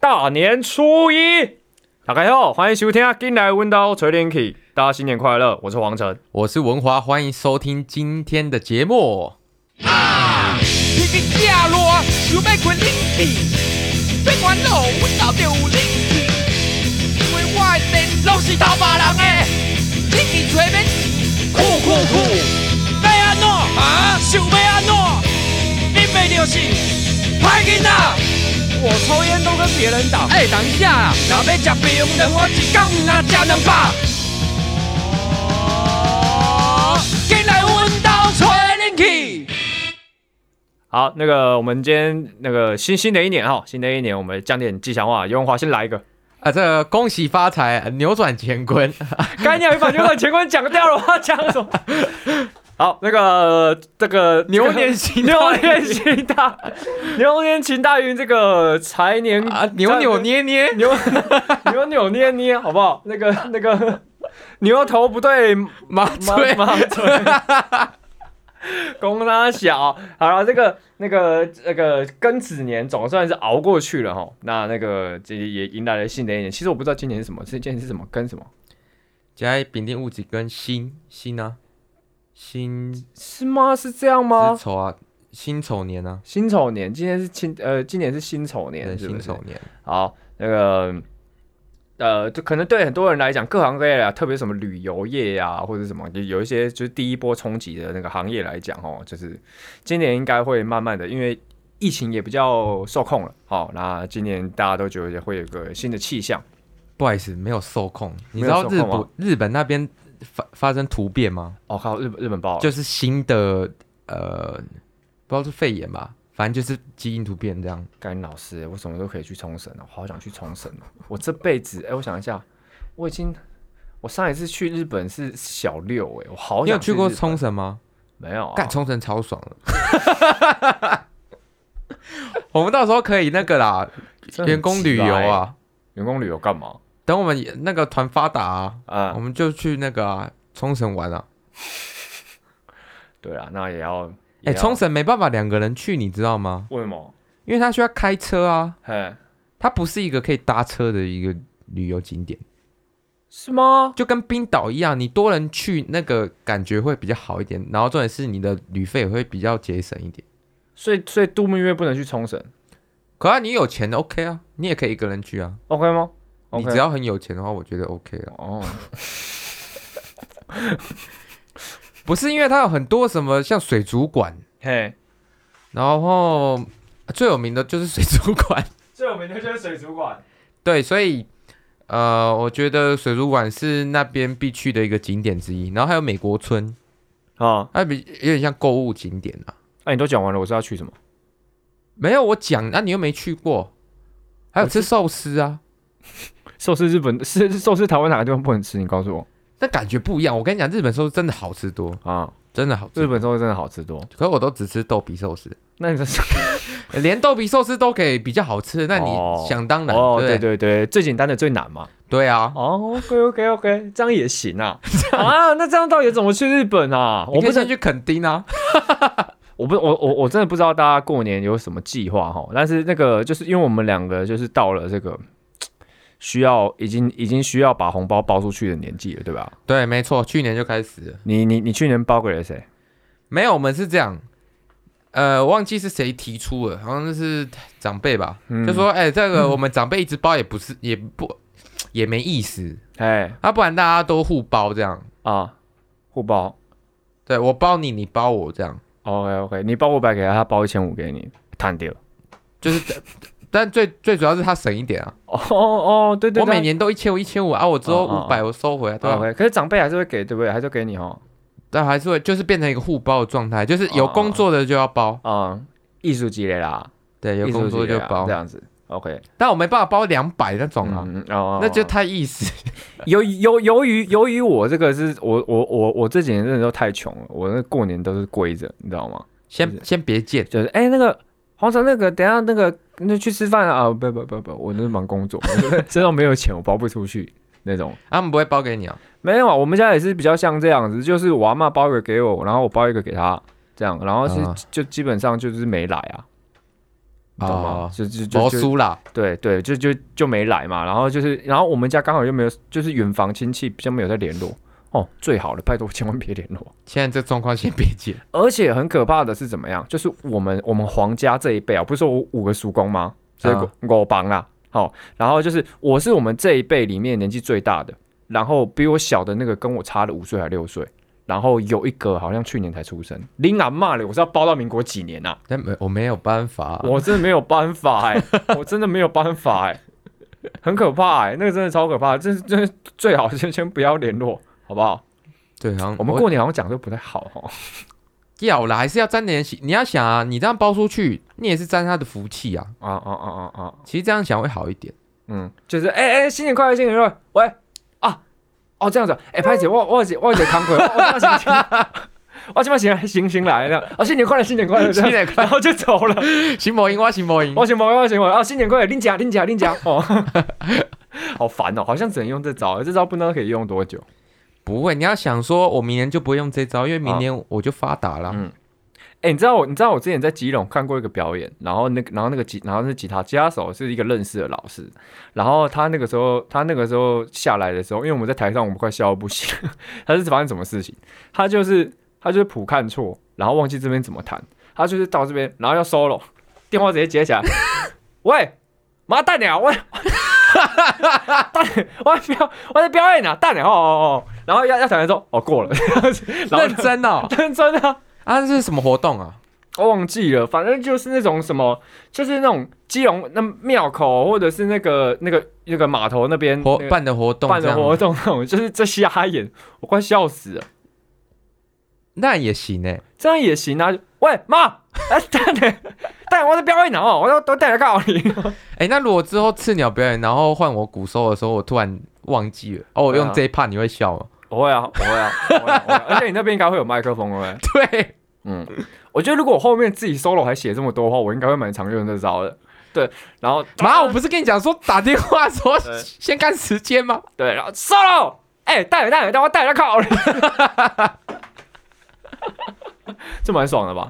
大年初一，打开后欢迎收听《啊进来温刀锤炼 key》，大家新年快乐！我是黄晨，我是文华，欢迎收听今天的节目。天气正热，想要开冷气，别烦恼，阮家就有冷气。因为我的电拢是偷别人的，冷气吹免钱，酷酷酷！要安怎啊？想要安怎？你袂就是歹囡仔。我抽烟都跟别人打。哎、等一下啦，若要食冰糖，我一工若食两百。哦，进来阮兜吹冷气。好，那个我们今天那个新新的一年哈，新的一年我们讲点吉祥话，尤文华先来一个，啊，这个恭喜发财，呃扭转 乾坤。干鸟一把就把前官讲掉了，我要 讲什么？好，那个这个牛年行大牛 运年行大牛年行大运，这个财年啊，扭扭捏捏，牛 牛扭捏捏，好不好？那个那个牛头不对麻妈醉。妈嘴， 公拉小，好了，这个那个那个庚子年总算是熬过去了哈。那那个这也迎来了新的一年。其实我不知道今年是什么，是今年是什么庚什么？加丙丁戊己庚辛辛啊，辛子是吗？是这样吗？丑啊，辛丑年啊，辛丑年，今年是辛呃，今年是辛丑对，年，是不辛是丑？年。好，那个呃，就可能对很多人来讲，各行各业啊，特别什么旅游业呀、或者什么，有一些就是第一波冲击的那个行业来讲，哦，就是今年应该会慢慢的，因为疫情也比较受控了，好、那今年大家都觉得会有个新的气象，不好意思，没有受控。你没知有道受日控啊本吗日本那边发发生突变吗？哦，靠，日本日本报就是新的呃，不知道是肺炎吧，反正就是基因突变这样。甘老师，我什么都可以去冲绳了，好想去冲绳哦！我这辈子，哎、我想一下，我已经，我上一次去日本是小六、哎，我好想你有日去过本冲？绳吗？没有、啊，干冲绳超爽 的。我们到时候可以那个啦，这很欸员工旅游啊，员工旅游干嘛？等我们那个团发达啊，啊、我们就去那个啊冲绳玩啊。对啊，那也要，哎，也要冲绳没办法两个人去，你知道吗？为什么？因为它需要开车啊，嘿，它不是一个可以搭车的一个旅游景点，是吗？就跟冰岛一样，你多人去那个感觉会比较好一点，然后重点是你的旅费也会比较节省一点。所以所以度蜜月不能去冲绳可啊，你有钱的 OK 啊，你也可以一个人去啊。 ，OK 吗？OK 你只要很有钱的话，我觉得 OK 啊。哦，不是因为它有很多什么像水族馆，嘿，然后呃最有名的就是水族馆。最有名的就是水族馆。对，所以呃，我觉得水族馆是那边必去的一个景点之一。然后还有美国村，啊，它比有点像购物景点啊。那、你都讲完了，我是要去什么？没有我讲，那、你又没去过。还有吃寿司啊，寿司日本 是是寿司台湾哪个地方不能吃？你告诉我那感觉不一样。我跟你讲，日本寿司真的好吃多，啊！真的好吃。日本寿司真的好吃多。哦可是我都只吃豆皮寿司，那你这是连豆皮寿司都给比较好吃，那哦你想当然，哦，对对不对对对，最简单的最难嘛。对啊，哦，OK OK OK，这样也行 啊。啊，那这样到底怎么去日本啊？我我不不是想去垦丁啊，我不，我我我真的不知道大家过年有什么计划哈。但是那个，就是因为我们两个就是到了这个需要已经已经需要把红包包出去的年纪了，对吧？对，没错，去年就开始了。你你你去年包给了谁？没有，我们是这样，呃，忘记是谁提出了，好像是长辈吧，嗯就说，哎、这个我们长辈一直包也不是，也不也没意思，哎啊，不然大家都互包这样，啊，互包。对我包你，你包我这样， OK OK，你包五百给他，他包一千五给你，摊掉。就是， 但最最主要是他省一点啊，哦哦，对对我每对年都一千五一千五啊，我之后哦五哦百我收回来，对吧？ OK，可是长辈还是会给，对不对？还是会给你哦。但还是会就是变成一个互包的状态，就是有工作的就要包，啊、艺术积累啦，对，有艺术工作积累就啦包这，样子。OK，但我没办法包两百那种啊，嗯，哦哦，那就哦太意思。 由于由由于由于我这个是我我我我这几年真的都太穷了，我那过年都是跪着，你知道吗？先先别见，就是哎、那个黄晨那个等一下那个那去吃饭啊，啊不不不不，我 那是忙工作，身上没有钱，我包不出去那种。他们不会包给你啊。没有啊，我们家也是比较像这样子，就是我阿妈包一个给我，然后我包一个给她，这样，然后是、啊就基本上就是没来啊。你懂吗哦？就就就毛就苏啦，对对，就就就没来嘛。然后就是，然后我们家刚好又没有，就是远房亲戚比较没有在联络。哦，最好了，拜托千万别联络。现在这状况先别解。而且很可怕的是怎么样？就是我们我们皇家这一辈啊，不是说我五个叔公吗？这啊五五帮啦。好、然后就是我是我们这一辈里面年纪最大的，然后比我小的那个跟我差了五岁还六岁，然后有一个好像去年才出生，琳俺骂了，我是要包到民国几年啊？但没我没有办法，我真的没有办法 哎、我真的没有办法哎、很可怕哎、那个真的超可怕，这这最好先先不要联络，好不好？对，好像嗯我们过年好像讲的不太好哦哈。要啦，还是要沾点喜。你要想啊，你这样包出去，你也是沾他的福气啊。啊啊啊啊啊！其实这样想会好一点。 嗯，就是哎哎、新年快乐，新年快乐，喂啊，哦这样子，哎、拍姐，我我姐我姐康奎，我我行行，我 今晚行行行来了，哦新年快乐，新年快乐，这样嗯新年快然乐后就走了，行不赢，我行不赢。我行我我行我，哦新年快乐，令甲令甲令甲，哦， 好烦哦，好像只能用这招，这招不知道可以用多久。不会，你要想说，我明年就不会用这招，因为明啊年我就发达了。嗯哎、你知道我，你知道我之前在基隆看过一个表演，然后那个，然后那个吉，然后那吉他吉他手是一个认识的老师，然后他那个时候，他那个时候下来的时候，因为我们在台上我们快笑到不行， 他是发生什么事情？他就是他就是谱看错，然后忘记这边怎么弹，他就是到这边，然后要 solo，电话直接接起来， 喂，妈蛋鸟，喂， 蛋，我在表我在表演呢、啊，蛋鸟，哦哦哦，然后要要弹的时候，哦过了， 然后 认真哦，认真啊。啊，这是什么活动啊？我忘记了，反正就是那种什么，就是那种基隆那庙口或者是那个那个那个码头那边活那个办的活动，嗯办的活，动那种，就是这瞎眼，我快笑死了。那也行哎。这样也行啊？喂妈，哎蛋呢？蛋我在表演呢哦，我都都带来告你。 哎，那如果之后刺鸟表演，然后换我鼓手的时候，我突然忘记了，哦，我对啊用这一趴，你会笑吗？ 我会啊，我会啊，我会啊我会啊而且你那边应该会有麦克风对不对？对，嗯，我觉得如果我后面自己 solo 还写这么多的话，我应该会蛮常用这招的。对，然后妈，我不是跟你讲说打电话的时候对先看时间吗？对，然后 solo，哎、带蛋蛋，让我带来靠了， 这蛮爽的吧？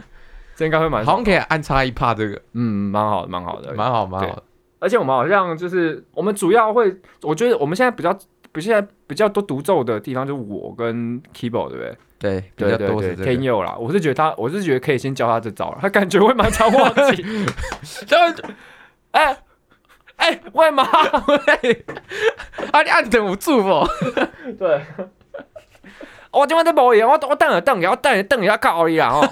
这应该会蛮好爽像，可以按插一趴这个，嗯，蛮好的，蛮好的。蛮好蛮好的。而且我们好像就是我们主要会，我觉得我们现在比较，比现在比较多独奏的地方，就是我跟 Keyboard，对不对？对，比较对多对是这对，个天。佑啦，我是觉得他，我是觉得可以先教他这招了，他感觉会蛮常忘 记。然后哎哎、喂妈， 啊，你按等我住哦。对。我今晚在无闲，我我等下等下，我等下等下靠哦你啦吼。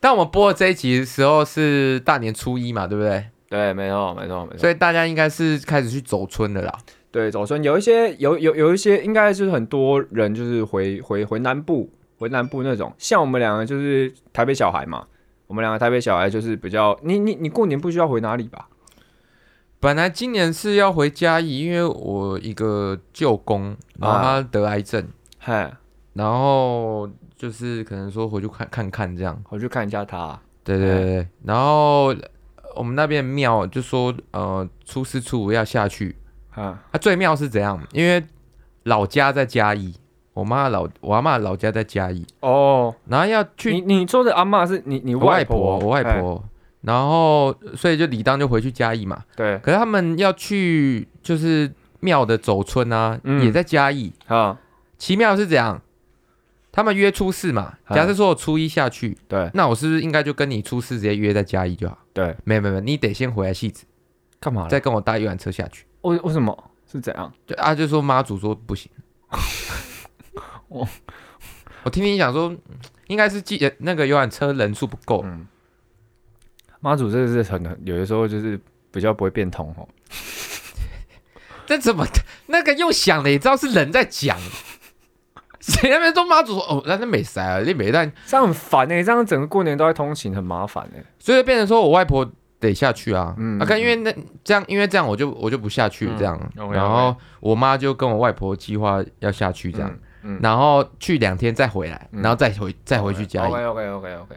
但我们播的这一集的时候是大年初一嘛，对不对？对，没错，没错，没错。所以大家应该是开始去走村了啦。对，走村有一些有有有一些，应该就是很多人就是回回回南部，回南部那种。像我们两个就是台北小孩嘛，我们两个台北小孩就是比较，你你你过年不需要回哪里吧？本来今年是要回嘉义，因为我一个舅公，然后他得癌症，嘿，然后就是可能说回去看看看这样。回去看一下他。啊对对对对，哎然后呃我们那边庙就说，呃，初四初五要下去。嗯啊，最妙是怎样？因为老家在嘉义，我妈老我阿妈老家在嘉义，哦，然后要去你你说的阿嬷是你你我外婆，哎我外嘿，婆，然后所以就理当就回去嘉义嘛。对，可是他们要去就是庙的走村啊，嗯也在嘉义。啊，奇妙的是怎样？他们约初四嘛，啊假设说我初一下去，对那我是不是应该就跟你初四直接约在嘉义就好？对，没有没有，没有你得先回来戏子，干嘛再在跟我搭游览车下去。为为什么是怎样？就啊，就说妈祖说不行。 我我我听听讲说，嗯应该是记呃那个游览车人数不够，嗯，妈祖真的是很很，有的时候就是比较不会变通哦。这怎么那个用想的也知道是人在讲，谁那边说妈祖说哦，那那没塞啊，那没但，这样很烦哎、这样整个过年都在通勤，很麻烦哎、所以变成说我外婆得下去啊，嗯啊，看因为那这样，因为这样我就我就不下去嗯这样， OK，OK 然后我妈就跟我外婆计划要下去这样，嗯嗯然后去两天再回来，嗯哎然后再回再回去家里，哦 OK OK OK OK。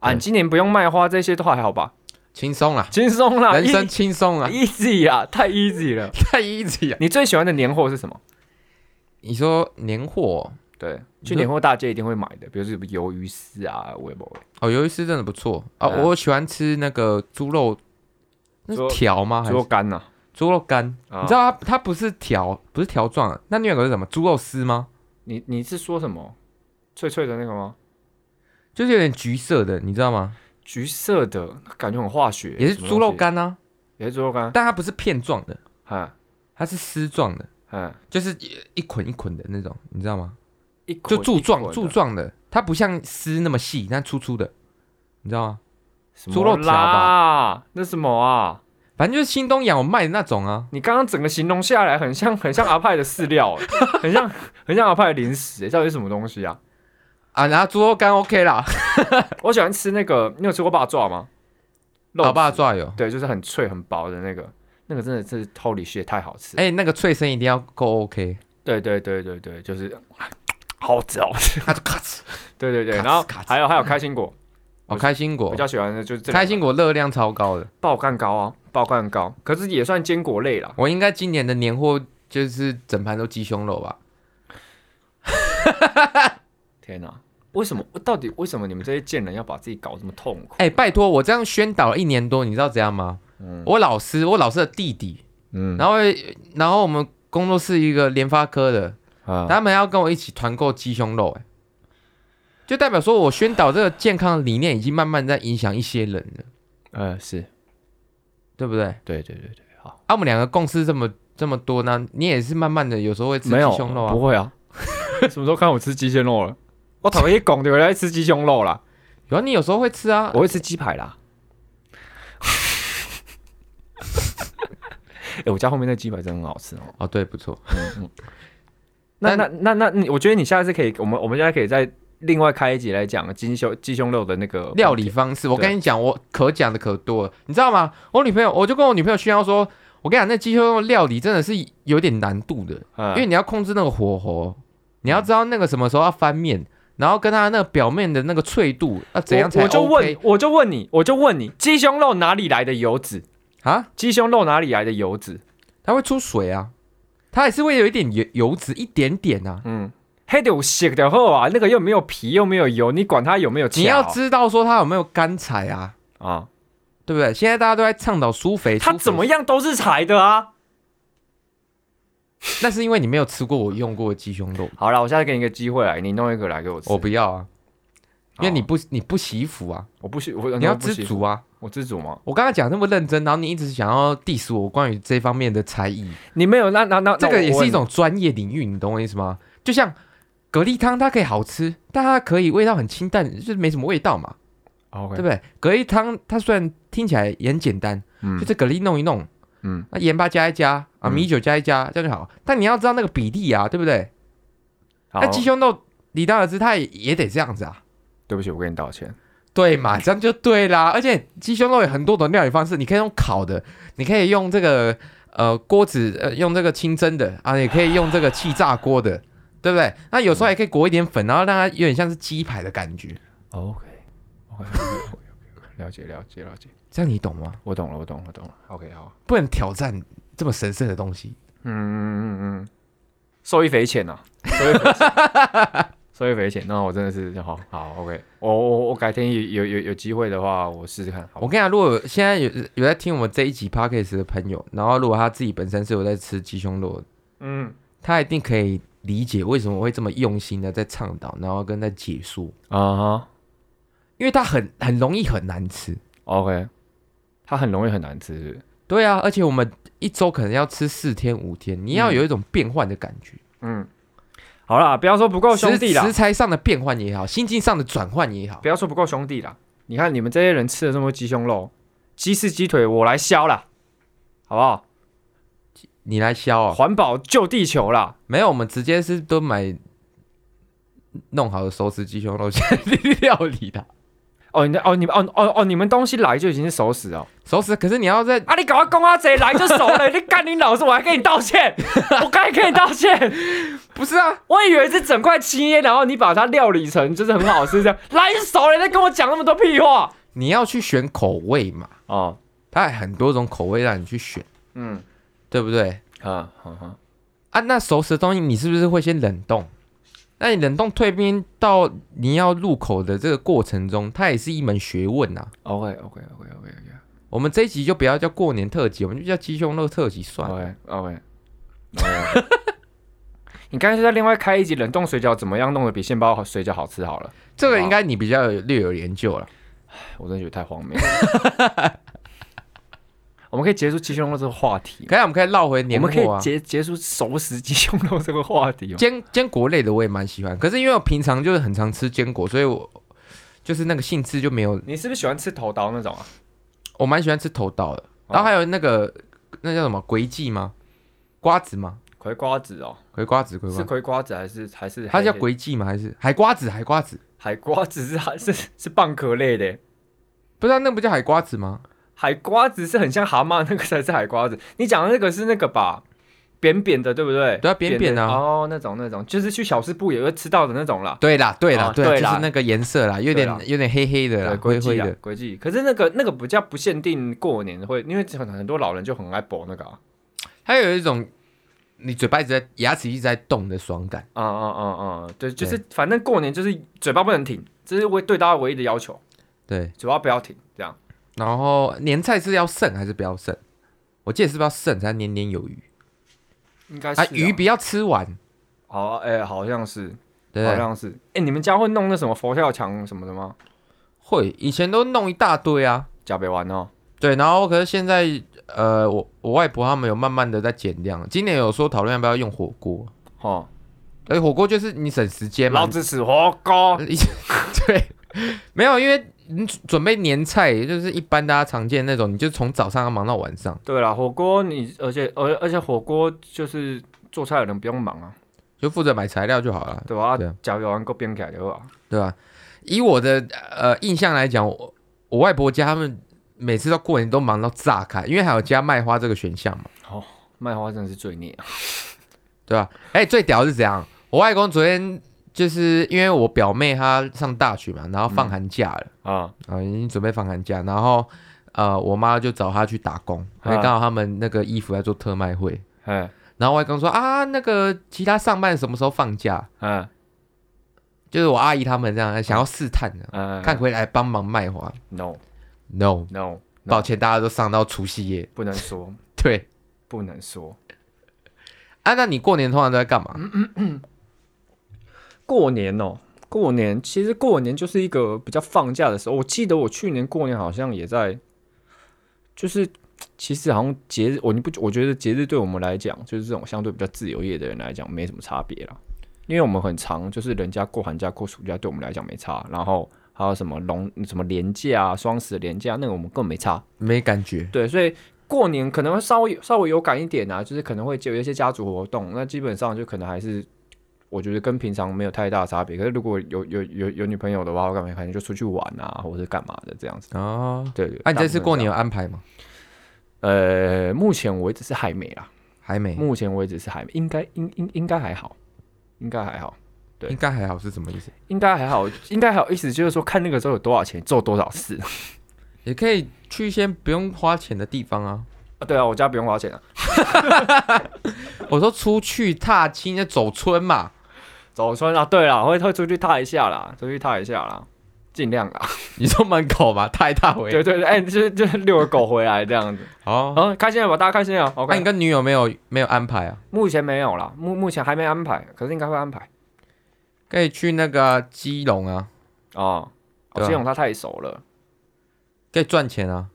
啊，你今年不用卖花，这些都还好吧？ 轻松啦，轻松啦，人生轻松啦， e- easy 啊， 太 easy 了。太 easy 啊。你最喜欢的年货是什么？你说年货，对，去年货大街一定会买的，比如说什么鱿鱼丝啊，微博。哦，鱿鱼丝真的不错啊、嗯我喜欢吃那个猪肉，那猪肉是条吗？还猪肉是干呐、猪肉干？啊你知道它它不是条，不是条状的，啊那里面有个是什么？猪肉丝吗？你你是说什么？脆脆的那个吗？就是有点橘色的，你知道吗？橘色的，感觉很化学。也是什么猪肉东西，干啊，也是猪肉干。但它不是片状的，嗯它是丝状的，嗯，就是一一捆一捆的那种，你知道吗？一就捆柱一状捆的柱状的，它不像丝那么细，但粗粗的，你知道吗？什么猪肉条啦？那什么啊？反正就是新东阳有卖的那种啊。你刚刚整个形容下来，很像很像阿派的饲料，很像很像阿派的零食，欸到底是什么东西啊？啊，然后猪肉干 OK 啦，我喜欢吃那个，你有吃过八爪吗？肉老爸丝抓有。对，就是很脆很薄的那个，那个真的是 Holy shit，太好吃。哎、那个脆声一定要够 OK，对对对对对，就是好吃好吃。它就咔哧。对对对，咔哧然后咔哧还有还有开心果，哦，开心果比，较喜欢的就是这开心心果热量超高的。爆干糕啊，爆干糕，可是也算坚果类啦。我应该今年的年货就是整盘都鸡胸肉吧？天哪、为什么？到底为什么你们这些贱人要把自己搞这么痛苦？哎、拜托，我这样宣导了一年多，你知道怎样吗？嗯我老师，我老师的弟弟，嗯然后然后我们工作室一个联发科的，啊，他们要跟我一起团购鸡胸肉、哎，就代表说我宣导这个健康的理念已经慢慢在影响一些人了，呃，是对不对？对对对对，好，啊，我们两个共吃这么这么多呢，你也是慢慢的有时候会吃没有鸡胸肉啊不。 会啊，什么时候看我吃鸡胸肉了？ 我讨厌拱的，我来吃鸡胸肉啦，有啊，你有时候会吃啊我。会吃鸡排啦。 哎、我家后面那鸡排真的很好吃哦。哦，对，不错。那那但那那，你我觉得你下次可以，我们我们现在可以再另外开一集来讲鸡胸鸡胸肉的那个料理。方式，我对跟你讲，我可讲的可多了，你知道吗？我女朋友，我就跟我女朋友炫耀说，我跟你讲，那鸡胸肉料理真的是有点难度的，嗯因为你要控制那个火候，你要知道那个什么时候要翻面，然后跟它那个表面的那个脆度，要怎样才、我我 OK、就问，我就问你，我就问你，鸡胸肉哪里来的油脂？啊，鸡胸肉哪里来的油脂？它会出水啊，它还是会有一点油油脂，一点点啊。嗯，黑的血的后啊，那个又没有皮又没有油，你管它有没有巧？你要知道说它有没有干柴啊，啊，对不对？现在大家都在倡导苏肥，它舒肥怎么？样都是柴的啊。那是因为你没有吃过我用过的鸡胸肉，好了，我下次给你一个机会来，你弄一个来给我吃。我不要啊，因为你哦不你不洗衣服啊。我不喜我你要我不知喜足啊！我知足吗？我刚刚讲那么认真，然后你一直想要 diss 我关于这方面的才艺，你没有那那那这那我个也问是一你种专业领域，你懂我意思吗？就像蛤蜊汤，它可以好吃，但它可以味道很清淡，就是没什么味道嘛， OK，对不对？蛤蜊汤它虽然听起来也很简单，嗯就是蛤蜊弄一弄，嗯，那盐巴加一加啊，嗯米酒加一加，这样就好。但你要知道那个比例啊，对不对？好那鸡胸肉理当而知，它也也得这样子啊，对不起，我跟你道歉。对嘛？这样就对啦。而且鸡胸肉有很多种料理方式，你可以用烤的，你可以用这个呃锅子，呃用这个清蒸的啊，也可以用这个气炸锅的，对不对？那有时候还可以裹一点粉，然后让它有点像是鸡排的感觉， OK OK，了解了解了解，这样你懂吗？我懂了我懂了我懂了。OK 好，不能挑战这么神圣的东西。嗯嗯嗯嗯，受益匪浅呐、啊，受益匪浅，受益匪浅。那我真的是好好 OK，我我我改天有有有有机会的话，我试试看。好我不好跟你讲，如果现在有有在听我们这一集 podcast 的朋友，然后如果他自己本身是有在吃鸡胸肉的，嗯他一定可以理解为什么我会这么用心的在倡导，然后跟在解说，啊哈因为它很很容易很难吃。 OK，它很容易很难吃是不是对啊，而且我们一周可能要吃四天五天，你要有一种变换的感觉，嗯，好啦，不要说不够哦兄弟啦食，材上的变换也好，心境上的转换也好不，要说不够兄弟啦。你看你们这些人吃了这么多鸡胸肉、鸡翅、鸡腿，我来削啦，好不好？你来削哦。环保救地球啦！没有，我们直接是都买弄好的手撕鸡胸肉下去料理的。哦，你的哦，你们哦哦哦，你们东西来就已经是熟食哦。手撕，可是你要在啊，你搞快公阿贼来就熟了，你干你老师，我还跟你道 歉，我刚才跟你道歉，不是啊？我以为是整块切，然后你把它料理成就是很好 吃这样，来就熟了，你在跟我讲那么多屁话。你要去选口味嘛，哦，它有很多种口味让你去选，嗯，对不对？啊，好好，啊，那熟食的东西你是不是会先冷冻？那你冷冻退冰到你要入口的这个过程中，它也是一门学问呐、啊 OK OK OK OK OK 我们这一集就不要叫过年特辑，我们就叫鸡胸肉特辑算了。 OK OK。你刚才再另外开一集冷冻水饺怎么样弄得比现包好水饺好吃好了，这个应该你比较有略有研究了。我真的觉得太荒谬了。 我们可以结束鸡胸肉这个话题吗，可以，我们可以绕回我年们可以货啊。结结束熟食鸡胸肉这个话题吗。坚坚果类的我也蛮喜欢，可是因为我平常就是很常吃坚果，所以我就是那个兴致就没有。 你是不是喜欢吃头刀那种啊？我蛮喜欢吃头刀的，然后还有那个那叫什么葵记吗？瓜子吗？葵瓜子哦，葵瓜子，葵是瓜子，葵瓜子还是还是它叫黑葵记吗？还是海瓜子？海瓜子？海瓜子是还是是蚌壳类的，不知道那不叫海瓜子吗？海瓜子是很像蛤蟆那个才是海瓜子。你讲的那个是那个吧，扁扁的对不对？对啊扁扁的啊哦，那种那种，就是去小吃部也会吃到的那种啦。对啦，对啦，哦对啦，啊对就啦是那个颜色啦，有点对啦有点黑黑的啦，国灰际灰啊的。，国际。可是那个那个比较不限定过年会，因为很很多老人就很爱剥那个啊它有一种你嘴巴一直在牙齿一直在动的爽感。啊啊啊啊！对，就是反正过年就是嘴巴不能停，这是唯对大家唯一的要求，对，嘴巴不要停，这样然后年菜是要剩还是不要剩？我记得是不是要剩才年年有余应该是啊啊、？鱼不要吃完，好，哎、好像是，对好不对？像是。哎、你们家会弄那什么佛跳墙什么的吗？会以前都弄一大堆啊。加北湾哦，对，然后可是现在，呃，我我外婆他们有慢慢的在减量，今年有说讨论要不要用火锅，哦，而火锅就是你省时间嘛，老子吃火锅。 以前对，没有，因为你准准备年菜，就是一般大家常见那种，你就从早上要忙到晚上，对啦，火锅你，而且而而且火锅就是做菜的人不用忙啊，就负责买材料就好了，对吧对啊？加北湾够编起来就好啊。对吧？以我的呃印象来讲，我我外婆家他们每次到过年都忙到炸开，因为还有加卖花这个选项嘛，卖花真的是罪孽啊！对吧？哎，最屌的是怎样？我外公昨天就是因为我表妹她上大学嘛，然后放寒假了。啊，啊、已经准备放寒假，然后呃，我妈就找她去打工，因为啊刚好他们那个衣服在做特卖会，哎然后外公说啊，那个其他上班什么时候放假？哎就是我阿姨他们这样想要试探的，哎，看回来帮忙卖花。 no No， no，抱歉，大家都上到除夕夜。不能说，对，不能说。啊，那你过年通常都在干嘛？过年哦，过年其实过年就是一个比较放假的时候。我记得我去年过年好像也在，就是其实好像节日，我你不我觉得节日对我们来讲，就是这种相对比较自由业的人来讲，没什么差别啦。因为我们很长，就是人家过寒假、过暑假，对我们来讲没差。然后还有什么龙、什么廉价啊、双十廉价，那个我们根本没差。没感觉。对，所以过年可能会稍微稍微有感一点啊，就是可能会有一些家族活动，那基本上就可能还是我觉得跟平常没有太大差别。可是如果有有有有女朋友的话，我感觉可能就出去玩啊，或者干嘛的这样子。哦，对对，那、大你这部分是次过这年样？有安排吗？呃，目前为止是还没啦，还没，目前为止是还没，应该应应应该还好，应该还好，对应该还好是什么意思？应该还好，应该还好。意思就是说，看那个时候有多少钱做多少事 也可以去一些不用花钱的地方啊。啊。对啊，我家不用花钱啊，我说出去踏青，要走村嘛。走村啊。对啦，会会出去踏一下啦，出去踏一下啦，尽量啊啦。你说门口嘛，太大回对对对，哎、就是就是遛个狗回来这样子， 哦。好、开心了吧？大家开心了那、 ，OK。啊你跟女友没有没有安排啊？目前没有啦，目目前还没安排，可是应该会安排可以去那个啊基隆啊，哦。对哦啊金勇他太熟了，可以赚钱啊。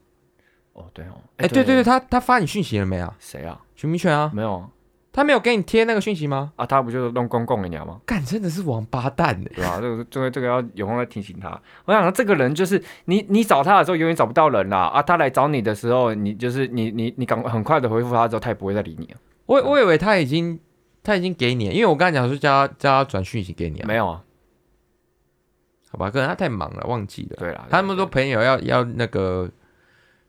哦对哦，哎、对对对，，他他发你讯息了没啊？谁啊？徐明权啊，没有啊他没有给你贴那个讯息吗？啊，他不就是弄公共的鸟吗？干，真的是王八蛋欸呢、对吧、这个这个这个要有空再提醒他。我想这个人就是你你找他的时候永远找不到人啦啊，他来找你的时候，你就是你你你赶快很快的回复他之后，他也不会再理你啊了。我我以为他已经他已经给你了，因为我刚才讲说叫他叫他转讯息给你啊，没有啊，好吧？可能他太忙了，忘记了。对啦，他们说朋友要要那个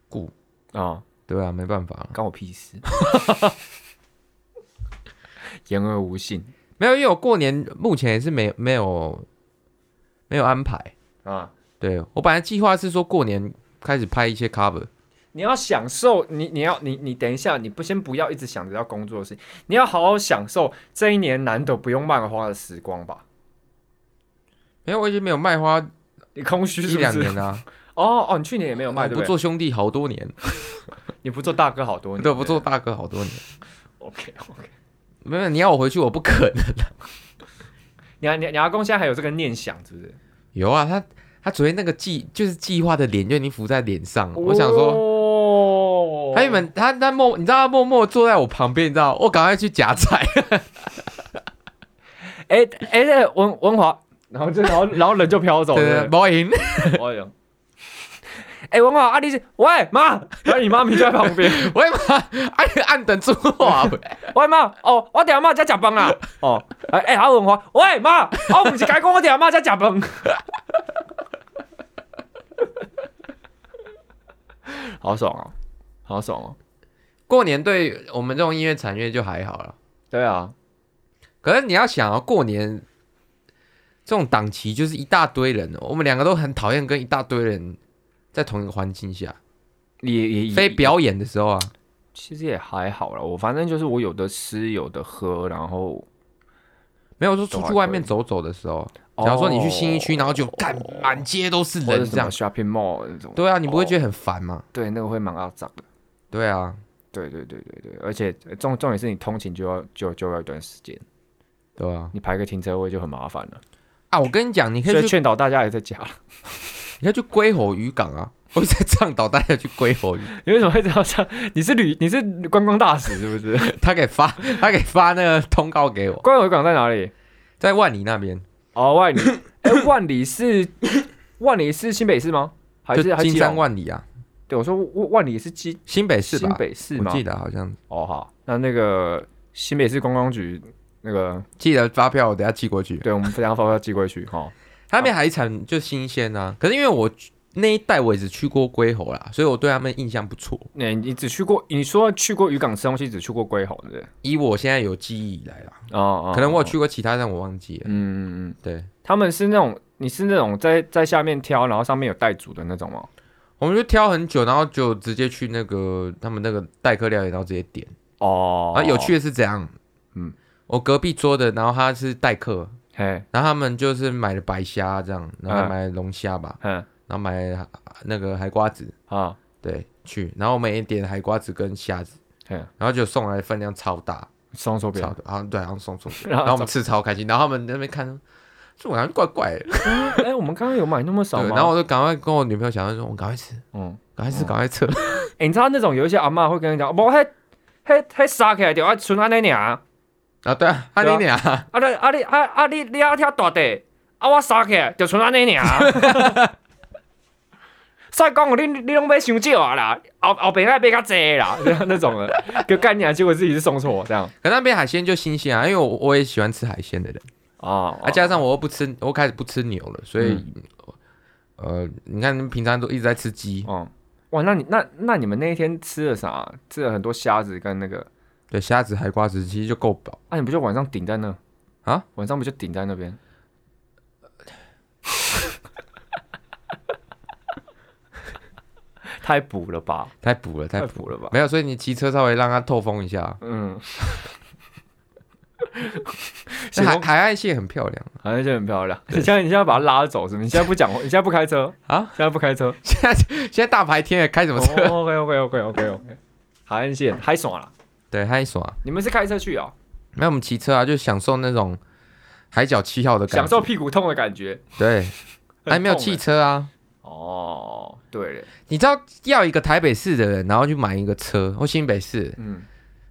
顾，啊，对啊，没办法了。关我屁 事，言而无信没有，因为我过年目前也是没没有没有安排。啊。对我本来计划是说过年开始拍一些 cover，你要享受，你你要你你等一下，你不先不要一直想着要工作的事情，你要好好享受这一年难得不用漫画的时光吧。没有，我已经没有卖花你空虚一是不两是？年啦、哦哦，你去年也没有 我卖，对不对做兄弟好多年， 你不做大哥好多年，对，不做大哥好多年。 OK OK。没有，你要我回去，我不可能。你你你阿公现在还有这个念想，是不是？有啊，他他昨天那个计就是计划的脸就已经浮在脸上了。我想说，哦他原本他他默，你知道他默默坐在我旁边，你知道，我赶快去夹菜。哎哎、那文文华，然后就然后然后人就飘走对对，了。毛赢。 哎呦，哎、文华，阿丽是喂妈，然后你妈咪就在旁边，喂妈，哎，按等住我啊！喂妈，哦，我爹妈在食饭啊， 哦，哎、哎，阿文华，喂妈，我唔是解讲我爹妈在食饭。 好爽哦，好爽哦！过年对我们这种音乐产业就还好了，对啊，可是你要想啊，过年这种档期就是一大堆人，我们两个都很讨厌跟一大堆人在同一个环境下，也也非也表演的时候啊，其实也还好啦，我反正就是我有的吃有的喝，然后没有说出去外面走走的时候，啊假如说你去新一区，然后就干满街都是哦或者人什哦这么样， shopping mall 那种，对啊，你不会觉得很烦吗？对那个会蛮肮脏的。对啊，对对对对对，而且呃重重点是你通勤就要就就要一段时间，对啊，你排个停车位就很麻烦了。啊，我跟你讲，你可所以以去，劝导大家也在家，你可以去龟吼渔港啊，我一直在倡导大家去龟吼渔， 你为什么会知道这样？你是旅你是观光大使是不 是？他给发他给发那个通告给我，观光渔港在哪里？在万里那边，哦，万 里，哎、万里是万里是新北市吗？还是就还是金基隆山？万里啊，对，我说万万里是基新北市新吧？北市我吗记？得好像哦好，那那个新北市观光局那个，记得发票，我等下寄过去。对我们非常发票寄过去哦哈。他们海产就新鲜啊，可是因为我那一带我也只去过龟吼啦，所以我对他们印象不错。那、你只去过，你说去过渔港吃东西，只去过龟吼对不对？以我现在有记忆以来啦，哦，哦可能我有哦去过其他，但我忘记了。嗯嗯嗯，对，他们是那种你是那种在在下面挑，然后上面有带组的那种吗？我们就挑很久，然后就直接去那个他们那个代客料理，然后直接点。啊哦然后有趣，的是怎样？嗯嗯，我隔壁桌的，然后他是代客，嘿，然后他们就是买了白虾这样，然后还买了龙虾吧，嗯然后买了那个海瓜子，啊，对，去，然后我们也点海瓜子跟虾子，嘿，然后就送来的分量超大，双手超表，的，好像对，好像送出 去，然然后我后们吃超开心，然后他们那边看，这我感觉怪怪 的，哎、我们刚刚有买那么少对，吗？然后我就赶快跟我女朋友讲说，我赶快吃，嗯，赶快吃，赶快吃，哎、你知道那种有一些阿嬷会跟你讲，哦无迄迄迄杀起来就爱剩安尼尔。啊，对啊，阿对啊妮妮啊，啊你啊你啊啊你你啊遐大地，啊我杀起来就剩安尼尔。 再讲哦，你你拢买伤少啊啦，后后边爱买较济啦， 这样那种的，就干你啊，结果自己是送错这样可那边海鲜就新鲜啊，因为我我也喜欢吃海鲜的人，啊啊，加上我又不吃，我开始不吃牛了，所以，嗯呃，你看平常都一直在吃鸡，嗯，哇，那你那那你们那一天吃了啥？吃了很多虾子跟那个，对，虾子、海瓜子其实就够饱，啊，你不就晚上顶在那啊？晚上不就顶在那边？太补了吧，太补了，太太补补了吧了，？没有，所以你骑车稍微让它透风一下，嗯，那海海海岸线很漂亮好像就很漂亮。你现在你现在把它拉走是不是？你现在不讲，话，你现在不开车，啊，现在不开车。现在现在大白天了开什么车？ OK OK OK OK OK。海岸线还爽了，对，太爽啊。你们是开车去啊、没有，我们骑车啊，就享受那种海角七号的感觉。享受屁股痛的感觉。对，很还没有痛欸汽车啊。哦，对了，你知道要一个台北市的人，然后去买一个车，或新北市，嗯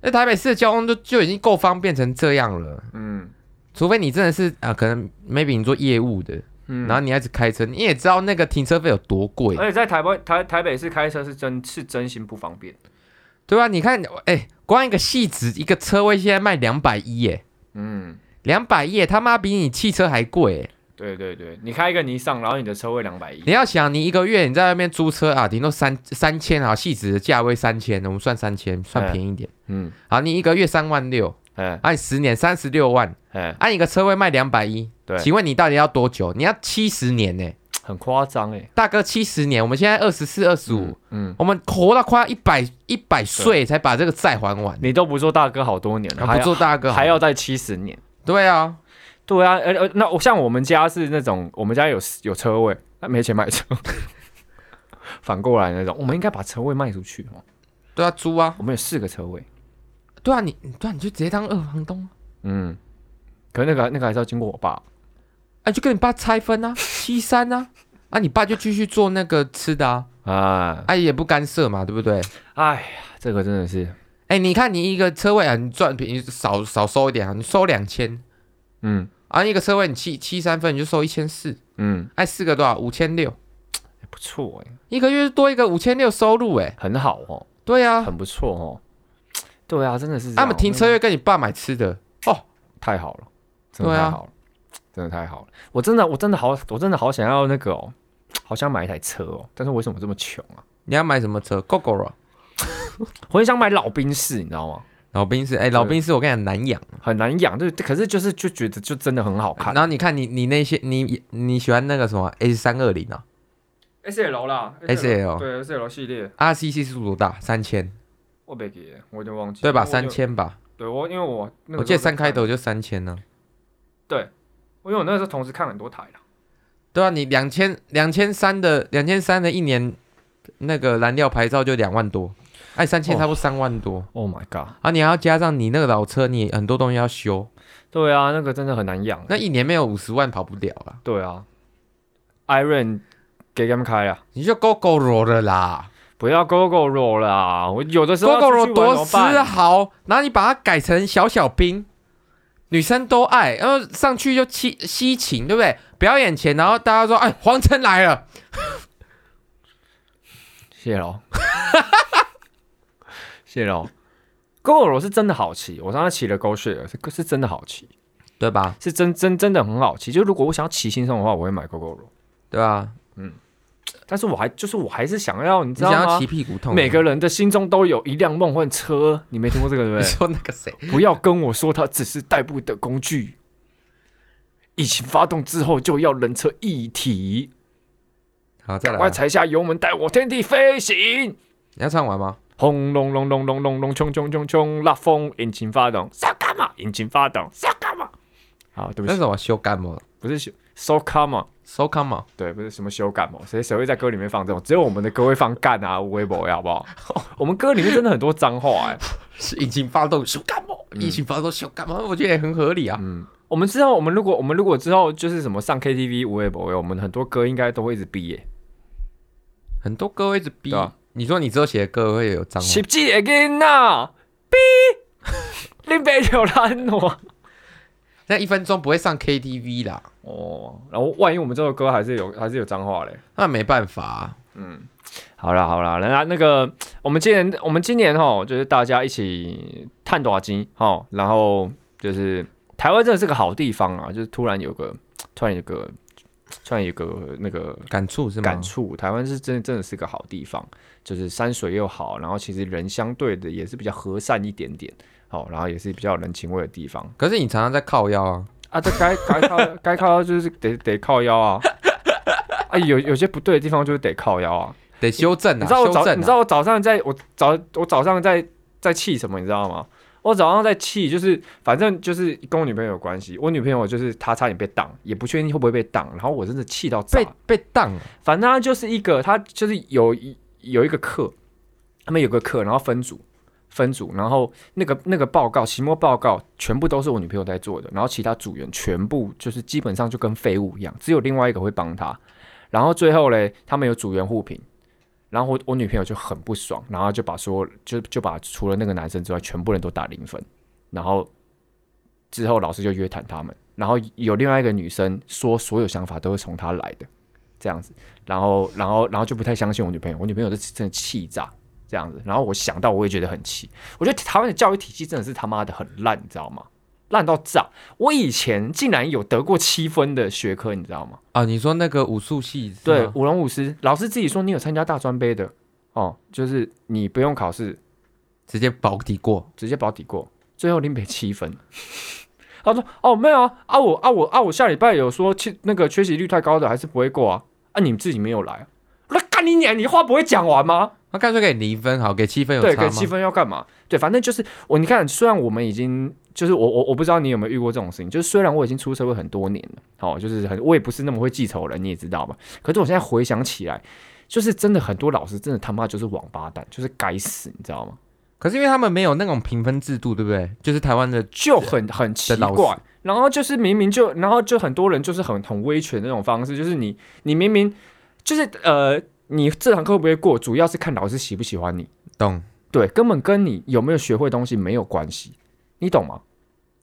那台北市的交通就就已经够方便成这样了。嗯除非你真的是啊、可能 maybe 你做业务的，嗯。哎然后你还是开车，你也知道那个停车费有多贵，而且在台湾台台北市开车是真是真心不方便。对吧、你看，哎、光一个细子一个车位现在卖两百一，耶，嗯，两百一，他妈比你汽车还贵耶。对对对，你开一个尼桑，然后你的车位两百一你，要想，你一个月你在外面租车啊，顶多三三千啊，细致的价位三千，我们算三千，算嗯便宜一点。嗯，好，你一个月三万六，哎按十年三十六万，哎，按一个车位卖两百一，对请问你到底要多久？你要七十年呢、很夸张哎，大哥七十年，我们现在二十四、二十五，嗯，我们活到快一百一百岁才把这个债还完，啊你都不做大哥好多年了，还不做大哥还好要再七十年，对啊，对啊，呃呃，那我像我们家是那种，我们家有有车位，那没钱买车， 反过来那种，我们应该把车位卖出去哦。对啊，租啊，我们有四个车位，对啊，你对啊，你就直接当二房东啊，嗯，可是那个那个还是要经过我爸，啊，就跟你爸拆 分啊，七三啊，啊，你爸就继续做那个吃的啊，啊，啊，也不干涉嘛，对不对？哎呀，这个真的是，哎，你看你一个车位啊，你赚平少少收一点啊，你收两千嗯啊，一个车位你七七三分你就收一千四，嗯，哎，四个多少？五千六，不错哎，一个月多一个五千六收入，哎，很好哦，对啊，很不错哦。对啊，真的是这样他们停车位跟你爸买吃的，太好了，真的对啊太好了，真的太好了。我真的我真的好我真的好想要那个哦，好想买一台车哦，但是为什么这么穷啊？你要买什么车？GoGo 我很想买老兵士，你知道吗？老兵是哎，老兵是我跟你讲难养，很难养，对，可是就是就觉得就真的很好看然。后你看你你那些你你喜欢那个什么 S 三二零啊 S L 啦 SL 对 S L 系列， ，RCC 啊是多大？三千我别给，我有点忘记，对吧？我就三，千吧，对我因为我那个时候我记得在三开看，头就三千呢。因为我那时候同时看很多台啦，对啊，你两千两千三的两千三的一年那个燃料牌照就两万多，哎，三千哦差不多三万多、 Oh my god！啊！你还要加上你那个老车，你很多东西要修，对啊，那个真的很难养。那一年没有五十万跑不了啊！对啊，Iron 给他们开啊，你就够够罗了啦，不要 GoGo Roll 啦！我有的时候要够够罗出去玩多啊怎么办丝毫，然后你把它改成小小兵，女生都爱，然后上去就七西情，对不对？表演前，然后大家说，哎，黄晨来了，谢喽， 谢喽。GoGo Roll 是真的好骑，我上次骑了 Go Share 是是真的好骑，对吧？是真真真的很好骑。就如果我想要骑轻松的话，我会买 GoGo Roll。对吧？但是我还就是我还是想要，你你知道想要吗骑？屁股痛，每个人的心中都有一辆梦幻车，你没听过这个对不你 对？说那个谁？不要跟我说它只是代步的工具，引擎发动之后就要人车一体，好，再赶来快啊，踩下油门，带我天地飞行！你要唱完吗？轰隆隆隆隆隆隆，冲冲冲冲，拉风，引擎发动，是要干嘛？引擎发动是要干嘛？好，对不那是起，什么修干嘛不是修 so come on， ？So come on，对，不是什么修改嘛，谁谁会在歌里面放这种？只有我们的歌会放干啊、微博呀，好不好？我们歌里面真的很多脏话哎、是引擎发动修干嘛？引擎发动修干嘛？我觉得也很合理啊。嗯，我们之后，我们如果我们如果之后就是什么上 KTV 微博，我们很多歌应该都会一直逼耶、很多歌会一直逼对啊，你说你之后写的歌会有脏话十，几个囡仔逼，你别流烂我。那一分钟不会上 KTV 啦，哦，然后万一我们这首歌还是有还是有脏话嘞。那没办法啊。好啦好啦，啊那那个我们今年我们今年哈，就是大家一起探短金哈，然后就是台湾真的是个好地方啊，就是突然有个突然有个突然有个那个感触是吗？感触，台湾是真的真的是个好地方，就是山水又好，然后其实人相对的也是比较和善一点点，好、然后也是比较有人情味的地方可是你常常在靠腰啊，啊。这该该靠该靠腰就是得得靠腰啊， 啊有有些不对的地方就是得靠腰啊。得修正你啊，知道我修早、正你知啊。道我早上在我早我早上在在气什么，你知道吗？我早上在气，就是反正就是跟我女朋友有关系。我女朋友就是她差点被挡，也不确定会不会被挡。然后我真的气到炸被，被啊当了，反正他就是一个，他就是有一有一个课，他们有个课，然后分组分组，然后那个那个报告期末报告全部都是我女朋友在做的，然后其他组员全部就是基本上就跟废物一样，只有另外一个会帮他。然后最后嘞，他们有组员互评，然后我我女朋友就很不爽，然后就把所有就就把除了那个男生之外，全部人都打零分，然后之后老师就约谈他们，然后有另外一个女生说所有想法都是从她来的，这样子。然后，然后，然后就不太相信我女朋友，我女朋友是真的气炸这样子。然后我想到，我也觉得很气。我觉得台湾的教育体系真的是他妈的很烂，你知道吗？烂到炸！我以前竟然有得过七分的学科，你知道吗？啊！你说那个武术系是对，吗舞龙舞狮，老师自己说你有参加大专杯的哦，就是你不用考试，直接保底过，直接保底过，最后林北七分。 他说：“哦，没有啊，啊我啊我啊我下礼拜有说缺那个缺席率太高的还是不会过啊，啊你们自己没有来啊，我说干你娘，你话不会讲完吗？那干脆给零分好，给七分有对，差给吗？七分要干嘛？对，反正就是我，你看，虽然我们已经就是我我我不知道你有没有遇过这种事情，就是虽然我已经出社会很多年了，好、就是很我也不是那么会记仇的人，你也知道嘛。可是我现在回想起来，就是真的很多老师真的他妈就是王八蛋，就是该死，你知道吗？可是因为他们没有那种评分制度，对不对？就是台湾的就很很奇老怪。然后就是明明就，然后就很多人就是很很威权的那种方式，就是你你明明就是呃，你这堂课会不会过，主要是看老师喜不喜欢你。懂对，根本跟你有没有学会东西没有关系，你懂吗？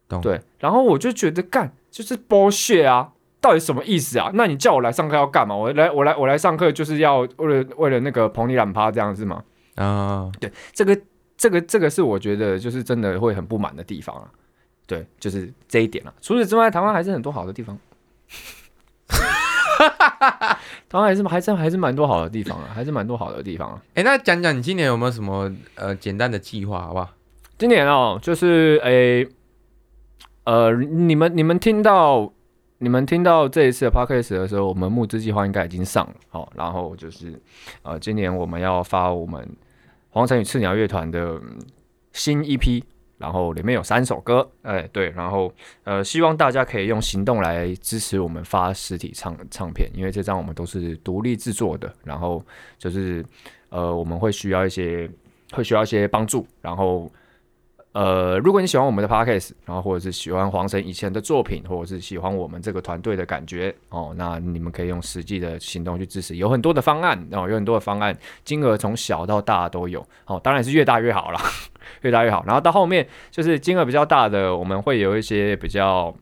懂对，然后我就觉得干就是 bullshit 啊，到底什么意思啊？那你叫我来上课要干嘛？我来我来我来上课就是要为了为了那个捧你懒趴这样子吗？啊、这个这个这个是我觉得就是真的会很不满的地方啊。对，就是这一点啊。除此之外，台湾还是很多好的地方。 台湾还是还是还是蛮多好的地方啊，还是蛮多好的地方啊。哎、那讲讲你今年有没有什么呃简单的计划，好不好？今年哦，就是诶、呃，你们你们听到你们听到这一次的 podcast 的时候，我们募资计划应该已经上了，好、然后就是呃，今年我们要发我们黄晨与赤鸟乐团的嗯新一批，然后里面有三首歌，哎、对，然后呃，希望大家可以用行动来支持我们发实体唱唱片，因为这张我们都是独立制作的，然后就是呃，我们会需要一些会需要一些帮助，然后呃，如果你喜欢我们的 podcast，然后或者是喜欢黄神以前的作品，或者是喜欢我们这个团队的感觉哦，那你们可以用实际的行动去支持，有很多的方案哦，有很多的方案，金额从小到大都有哦，当然是越大越好啦， 越大越好。然后到后面就是金额比较大的，我们会有一些比较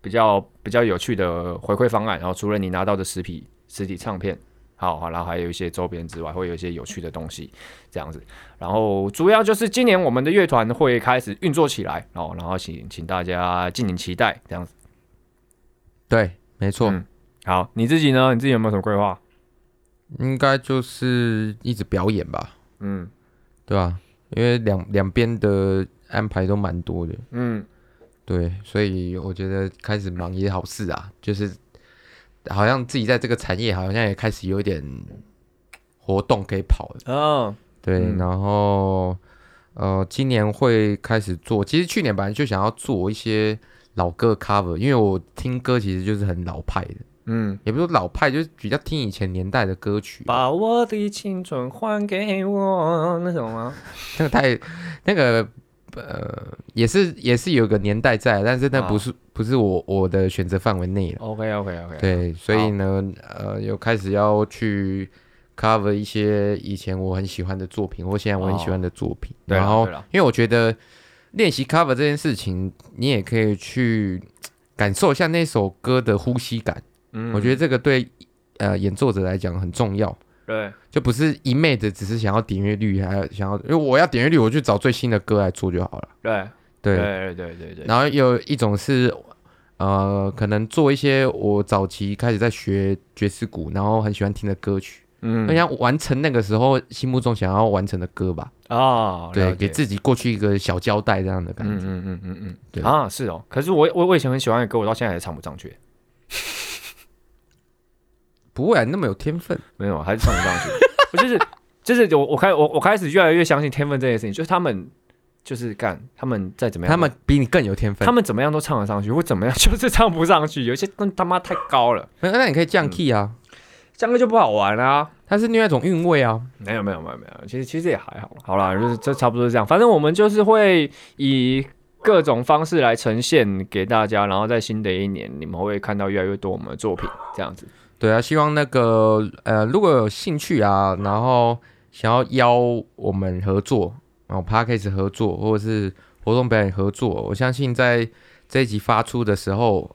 比较比较有趣的回馈方案，然后除了你拿到的实体实体唱片。好，好然后还有一些周边之外，会有一些有趣的东西，这样子。然后主要就是今年我们的乐团会开始运作起来，哦，然后请请大家敬请期待这样子。对，没错，嗯好，你自己呢？你自己有没有什么规划？应该就是一直表演吧，嗯对吧、因为两两边的安排都蛮多的，嗯，对，所以我觉得开始忙也好事啊，就是好像自己在这个产业好像也开始有一点活动可以跑了。哦，对，嗯然后呃，今年会开始做。其实去年本来就想要做一些老歌 cover，因为我听歌其实就是很老派的，嗯，也不是说老派，就是比较听以前年代的歌曲。把我的青春还给我那种吗？那个 太那个呃，也是也是有个年代在，但是那不啊是、不是我我的选择范围内了。 OK OK OK，，对，所以好呢，呃，有开始要去 cover 一些以前我很喜欢的作品，或现在我很喜欢的作品。哦对啦然后对啦，因为我觉得练习 cover 这件事情，你也可以去感受一下那首歌的呼吸感。嗯我觉得得这个对呃演奏者来讲很重要。对，就不是一昧的只是想要点阅率，还要想要，因为我要点阅率，我就找最新的歌来做就好了。对，对，对，对，对，对，然后有一种是，呃，可能做一些我早期开始在学爵士鼓，然后很喜欢听的歌曲，嗯很、想完成那个时候心目中想要完成的歌吧。啊，对，了解给自己过去一个小交代这样的感嗯觉。嗯嗯嗯嗯对嗯，啊，是哦。可是我我我以前很喜欢的歌，我到现在还唱不上去，不会、啊，你那么有天分，没有，还是唱不上去。 我就是就是我我开我我开始越来越相信天分这件事情，就是他们就是干他们再怎么样，他们比你更有天分。他们怎么样都唱得上去，我怎么样就是唱不上去，有些真他妈太高了，没有，那你可以嗯降 key 啊，这样就不好玩啦、啊它是另外一种韵味啊。没有没有没有没有，其实其实也还好，好啦，就是这差不多是这样。反正我们就是会以各种方式来呈现给大家，然后在新的一年，你们会看到越来越多我们的作品，这样子。对啊，希望那个呃，如果有兴趣啊，然后想要邀我们合作，然后 p a c k a g e 合作，或者是活动表演合作，我相信在这一集发出的时候，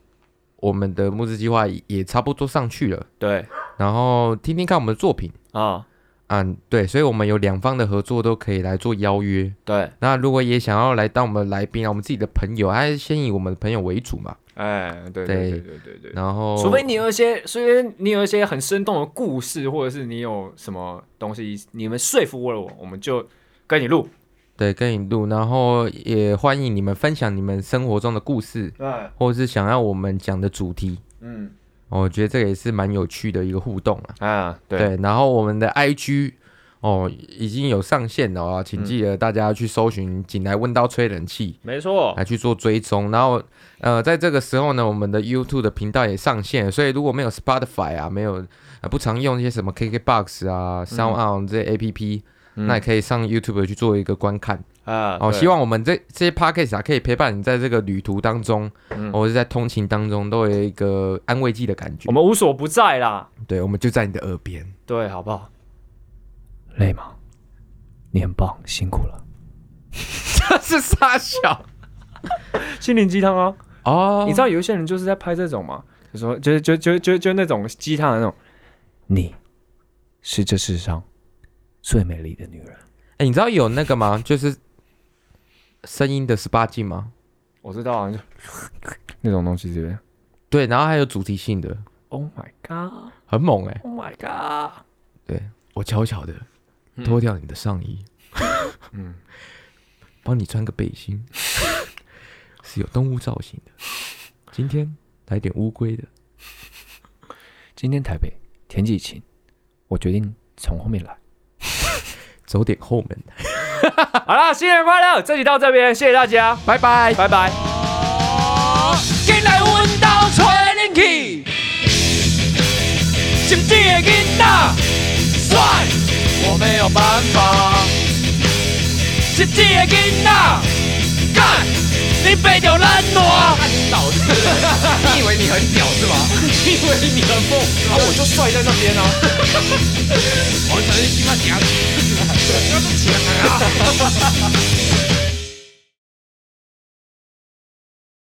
我们的募资计划也也差不多上去了，对然后听听看我们的作品。啊，嗯，对，所以我们有两方的合作都可以来做邀约。对，那如果也想要来当我们的来宾啊，我们自己的朋友，还是先以我们的朋友为主嘛。哎，对对对对对对对。然后，除非你有一些，除非你有一些很生动的故事，或者是你有什么东西，你们说服了我，我们就跟你录。对跟你录，然后也欢迎你们分享你们生活中的故事，对，或者是想要我们讲的主题，嗯，哦我觉得这个也是蛮有趣的一个互动啊。啊，对，对，然后我们的 IG，哦，已经有上线了啊，请记得大家去搜寻“锦来温刀吹冷气”。没错来，去做追踪。然后，呃，在这个时候呢，我们的 YouTube 的频道也上线了，所以如果没有 Spotify 啊，没有、呃、不常用一些什么 KKBox 啊、Sound On 这些 APP，、嗯那也可以上 YouTube 去做一个观看。啊，哦，对希望我们这这些 Podcast 啊，可以陪伴你在这个旅途当中，嗯或者是在通勤当中，都有一个安慰剂的感觉我。们无所不在啦，对，我们就在你的耳边。对，好不好？累吗？你很棒，辛苦了。这 是傻笑心灵鸡汤啊，哦，你知道有一些人就是在拍这种嘛，就说就就就就就那种鸡汤的那种，你是这世上最美丽的女人。哎，你知道有那个吗？就是声音的十八禁吗？我知道啊，就 那种东西这边。对，然后还有主题性的， Oh my god! 很猛哎、 Oh my god! 我悄悄的脱掉你的上衣，嗯帮你穿个背 心，是有动物造型的。今天来点乌龟的，今天台北天气晴，我决定从后面来。走点后门。好啦，新年快乐！这集到这边，谢谢大家，拜拜。拜拜。进来阮兜找恁去，心机的囡仔，帅，我没有办法。心机的囡仔，干，你背着咱我。老子，你以为你很屌是吗？你 以为你很猛？啊然后我就帅在那边 啊。我曾经他娘，不要动起来啊！